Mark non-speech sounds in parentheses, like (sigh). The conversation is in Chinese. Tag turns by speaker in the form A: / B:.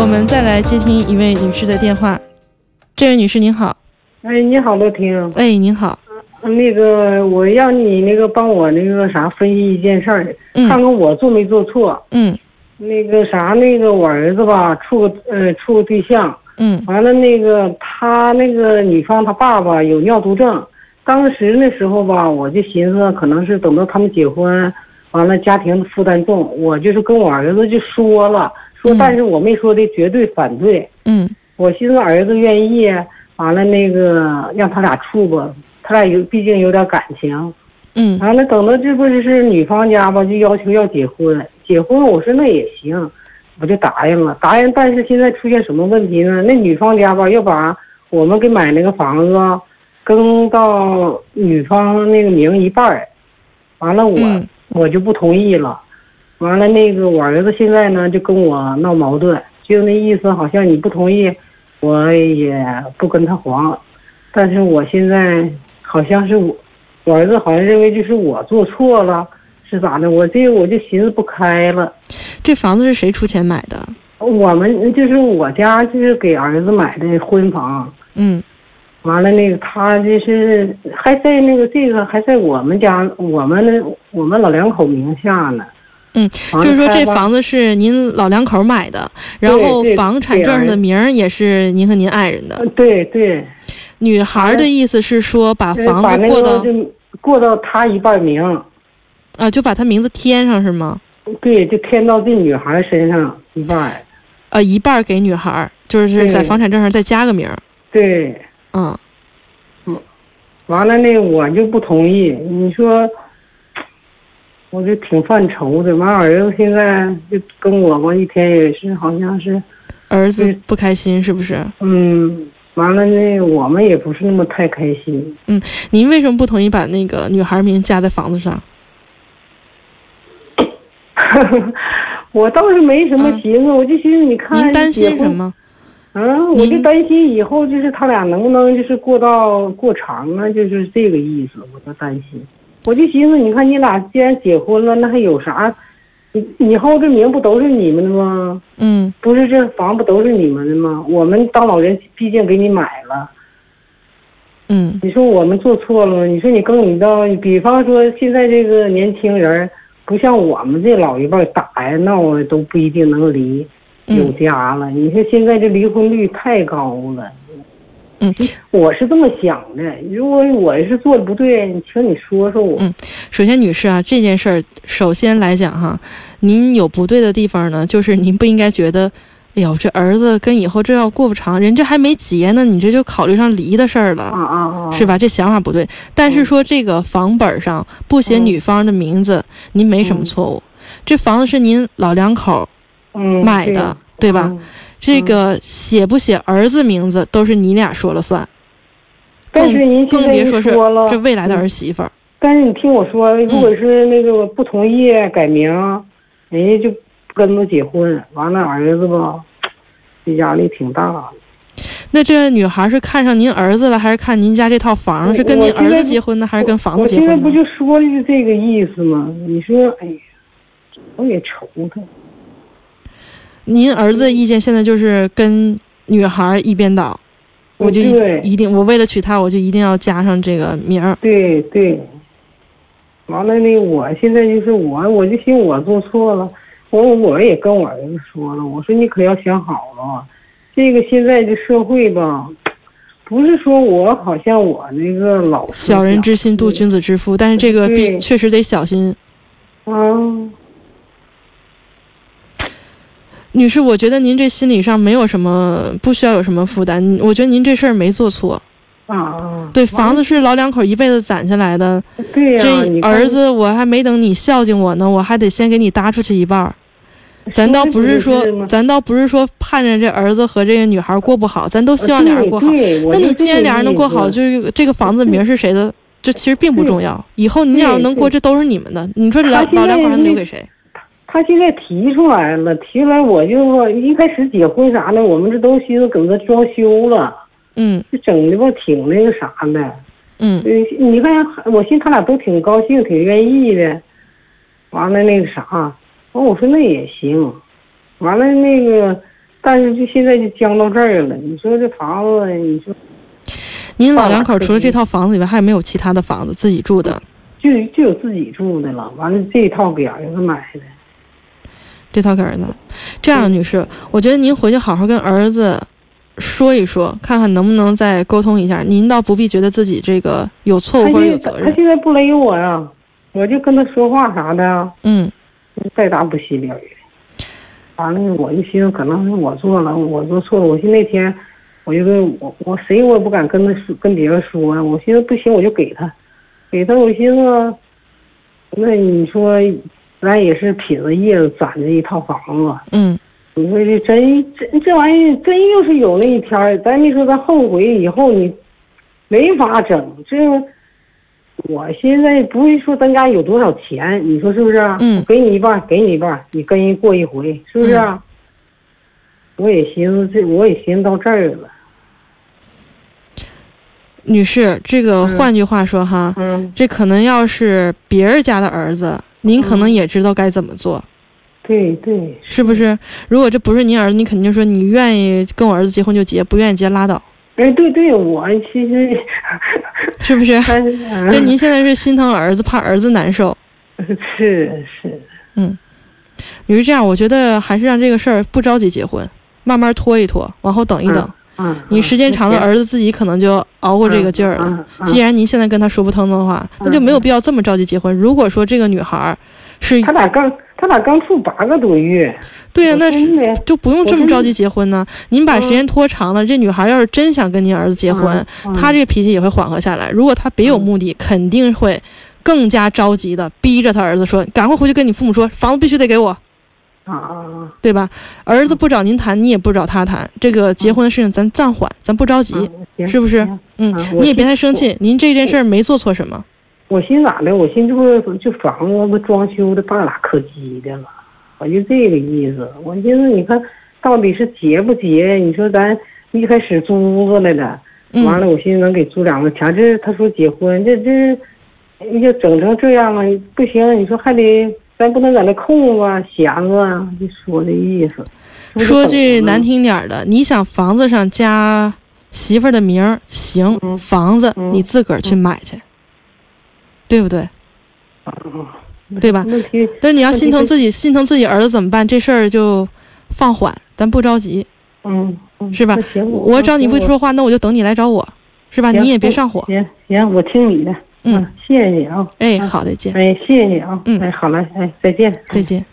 A: 我们再来接听一位女士的电话。这位女士您好，
B: 哎，你好，乐婷。
A: 哎，您好，
B: 那个，我让你那个帮我那个啥分析一件事儿，看
A: 嗯
B: 看我做没做错。
A: 嗯
B: 那个啥，那个我儿子吧，处个呃处个对象，
A: 嗯
B: 完了那个他那个女方他爸爸有尿毒症，当时那时候吧，我就寻思可能是等到他们结婚，完了家庭负担重，我就是跟我儿子就说了，说
A: 嗯
B: 但是我没说的绝对反对，
A: 嗯
B: 我寻思儿子愿意，完了那个让他俩处吧，他俩有毕竟有点感情。
A: 嗯
B: 完了等到这不是女方家吧，就要求要结婚，结婚我说那也行，我就答应了，答应。但是现在出现什么问题呢？那女方家吧要把我们给买那个房子啊更到女方那个名一半儿，完了我、
A: 嗯
B: 我就不同意了。完了，那个我儿子现在呢就跟我闹矛盾，就那意思，好像你不同意，我也不跟他黄。但是我现在好像是我，我儿子好像认为就是我做错了，是咋的？我这我就寻思不开了。
A: 这房子是谁出钱买的？
B: 我们就是我家就是给儿子买的婚房，
A: 嗯
B: 完了那个他就是还在那个这个还在我们家我们那我们老两口名下呢。
A: 嗯，
B: 完了
A: 就是说
B: 他
A: 这
B: 吧
A: 房子是您老两口买的，然后
B: 对
A: 房产证上的名儿也是您和您爱人的。
B: 呃对对，
A: 女孩儿的意思是说把
B: 就是
A: 房
B: 把
A: 子
B: 那
A: 过
B: 个
A: 到
B: 就过到他一半名，
A: 啊，就把她名字添上是吗？
B: 对，就添到这女孩身上一半。
A: 呃，一半儿给女孩儿，就是在
B: 对
A: 房产证上再加个名儿。
B: 对，
A: 嗯
B: 完了呢，我就不同意。你说，我就挺犯愁的。完，儿子现在就跟我吧，一天也是好像是，
A: 儿子
B: 嗯
A: 不开心是不是？
B: 嗯，完了呢，我们也不是那么太开心。
A: 嗯您为什么不同意把那个女孩名加在房子上？
B: (laughs) 我倒是没什么
A: 嗯
B: 寻思，我就寻思，你看，
A: 您担心什？么？
B: 嗯，我就
A: 您
B: 担心以后就是他俩能不能就是过到过长啊，就是这个意思，我就担心。我就寻思，你看你俩既然结婚了，那还有啥？以以后这名不都是你们的吗？
A: 嗯
B: 不是这房不都是你们的吗？我们当老人毕竟给你买了，
A: 嗯
B: 你说我们做错了吗？你说你更你到，比方说现在这个年轻人儿，不像我们这老一辈儿打呀闹啊都不一定能离，有
A: 嗯
B: 家了。你说现在这离婚率太高了。
A: 嗯，
B: 我是这么想的，如果我是做的不对，你请你说说我。
A: 嗯首先，女士啊，这件事儿，首先来讲哈，您有不对的地方呢，就是您不应该觉得，哎呦，这儿子跟以后这要过不长，人这还没结呢，你这就考虑上离的事儿了。
B: 啊啊啊！
A: 嗯是吧？这想法不对。但是说这个房本上不写
B: 嗯
A: 女方的名字，您没什么
B: 嗯
A: 错误。这房子是您老两口
B: 嗯，
A: 买的，对
B: 对
A: 吧？
B: 嗯
A: 这个写不写儿子名字都是你俩说了算，
B: 但是您
A: 更
B: 现在
A: 别
B: 一
A: 说是
B: 说了，嗯
A: 这未来的儿媳妇儿。
B: 但是你听我说，
A: 嗯
B: 如果是那个不同意改名，人家就不跟他结婚。完了，儿子吧，这压力挺大的。
A: 那这女孩是看上您儿子了，还是看您家这套房？
B: 我
A: 是跟您
B: 我现
A: 儿子
B: 在
A: 结婚呢，还是跟房
B: 我
A: 子结
B: 现在
A: 婚
B: 不
A: 呢？
B: 就说的是这个意思吗？你说，哎呀，我也愁他。
A: 您儿子的意见现在就是跟女孩一边倒，我就一
B: 嗯对
A: 一定，我为了娶她，我就一定要加上这个名儿。
B: 对对，完了呢，我现在就是我，我就寻思我做错了，我我也跟我儿子说了，我说你可要想好了啊，这个现在这社会吧，不是说我好像我那个老是
A: 小人
B: 讲
A: 之心度君子之腹，但是这个必
B: 对
A: 确实得小心。
B: 啊，
A: 女士，我觉得您这心理上没有什么不需要有什么负担，我觉得您这事儿没做错。
B: 啊啊，
A: 对，房子是老两口一辈子攒下来的，
B: 对呀、
A: 这
B: 你
A: 儿
B: 看
A: 子我还没等你孝敬我呢，我还得先给你搭出去一半儿。咱倒不是
B: 是
A: 说，
B: 吗
A: 咱倒不是说盼着这儿子和这个女孩儿过不好，咱都希望俩人过好。
B: 啊对对我
A: 那你
B: 就
A: 既
B: 这
A: 然
B: 个
A: 俩人能
B: 意
A: 过
B: 思
A: 好，就是这个房子名儿是谁的，这其实并不重要。以后你俩要
B: 对
A: 能过，
B: 对
A: 这都是你们的。你说老
B: 啊他现
A: 老两
B: 在
A: 口还能留
B: 那
A: 给谁？
B: 他现在提出来了，提出来我就说一开始结婚啥的，我们这都寻思搁那装修了，
A: 嗯
B: 就整的吧挺那个啥的。
A: 嗯
B: 嗯，你看，我寻思他俩都挺高兴，挺愿意的。完了那个啥，完我说那也行。完了那个但是就现在就僵到这儿了，你说这房子，你说
A: 您老
B: 爸爸
A: 两口
B: 可
A: 除了
B: 以
A: 这套房子以外，还有没有其他的房子自己住的？
B: 就就有自己住的了，完了这一套给儿子买的，
A: 这套给儿子。这样，女士，我觉得您回去好好跟儿子说一说，看看能不能再沟通一下。您倒不必觉得自己这个有错误
B: 他
A: 或者有
B: 现
A: 责
B: 在他
A: 任。
B: 现在不勒我呀、我就跟他说话啥的啊，
A: 嗯，
B: 再打补西边儿。完了，我就寻思可能是我做了，我做错了。我寻思那天，我就跟我我谁我也不敢跟他说，跟别人说呀。我寻思不行，我就给他，给他。我寻思，那你说咱也是品着叶子攒的一套房子，
A: 嗯，
B: 你说这真真这玩意儿真要是有那一天儿，咱没说咱后悔以后你没法整。这我现在不是说咱家有多少钱，你说是不是啊？
A: 嗯
B: 我给你一半儿，给你一半儿，你跟人过一回，是不是啊？
A: 嗯
B: 我也寻思这，我也寻思到这儿了。
A: 女士，这个换句话说哈，
B: 嗯，
A: 这可能要是别人家的儿子，您可能也知道该怎么做，
B: 对对，
A: 是不是？如果这不是您儿子，你肯定说你愿意跟我儿子结婚就结，不愿意结拉倒，
B: 哎对对，我其实，？
A: 是不 (laughs) 是
B: 但是
A: (laughs) 那您现在是心疼儿子，怕儿子难受。
B: 是是，
A: 女嗯士，这样我觉得还是让这个事儿不着急结婚，慢慢拖一拖，往后等一等。
B: 嗯，
A: 你时间长了，儿子自己可能就熬过
B: 过
A: 这个劲儿了。
B: 嗯嗯
A: 既然您现在跟他说不通的话，那就没有必要这么着急结婚。如果说这个女孩儿是
B: 他俩刚他俩刚处八个多月，
A: 对呀、
B: 我
A: 那
B: 真
A: 是
B: 的
A: 就不用这么
B: 我真
A: 着急结婚呢。您把时间拖长了，这女孩要是真想跟您儿子结婚，
B: 嗯
A: 她这个脾气也会缓和下来。如果她别有目的，肯定会更加着急的逼着她儿子说：“赶快回去跟你父母说，房子必须得给我。”
B: 啊啊
A: 对吧？儿子不找您谈，你也不找他谈，这个结婚的事情咱暂缓，
B: 嗯
A: 咱不着急，
B: 啊！
A: 是
B: 是
A: 不是？嗯，
B: 我
A: 你也别太生气，您这件事儿没做错什么。
B: 我寻思咋的？我寻思这不就房子不装修的半拉可鸡的了，我就这个意思。我寻思你看到底是结不结？你说咱一开始租屋子来了，完
A: 嗯，
B: 了我寻思能给租两个钱，这他说结婚，这这要整成这样啊，不行，你说还得咱不能在那空啊闲啊，就说这意思。是不是啊
A: 说
B: 整
A: 句
B: 成
A: 难听点儿的，你想房子上加媳妇儿的名儿行，
B: 嗯
A: 房子
B: 嗯
A: 你自个儿去买去，对不对？
B: 嗯
A: 对吧？
B: 问题
A: 但你要
B: 问题
A: 心疼
B: 是
A: 自己，心疼自己儿子怎么办？这事儿就放缓，咱不着急，
B: 嗯，嗯
A: 是吧
B: 那行，
A: 我我找你不
B: 我
A: 说话，那我就等你来找我，是吧？
B: 行
A: 你也别
B: 我
A: 上火。
B: 行行，我听你的。
A: 嗯，
B: 谢谢你啊，
A: 哎，好，再见，
B: 哎，谢谢你啊，
A: 嗯
B: 哎，好嘞，哎，再见，
A: 再见。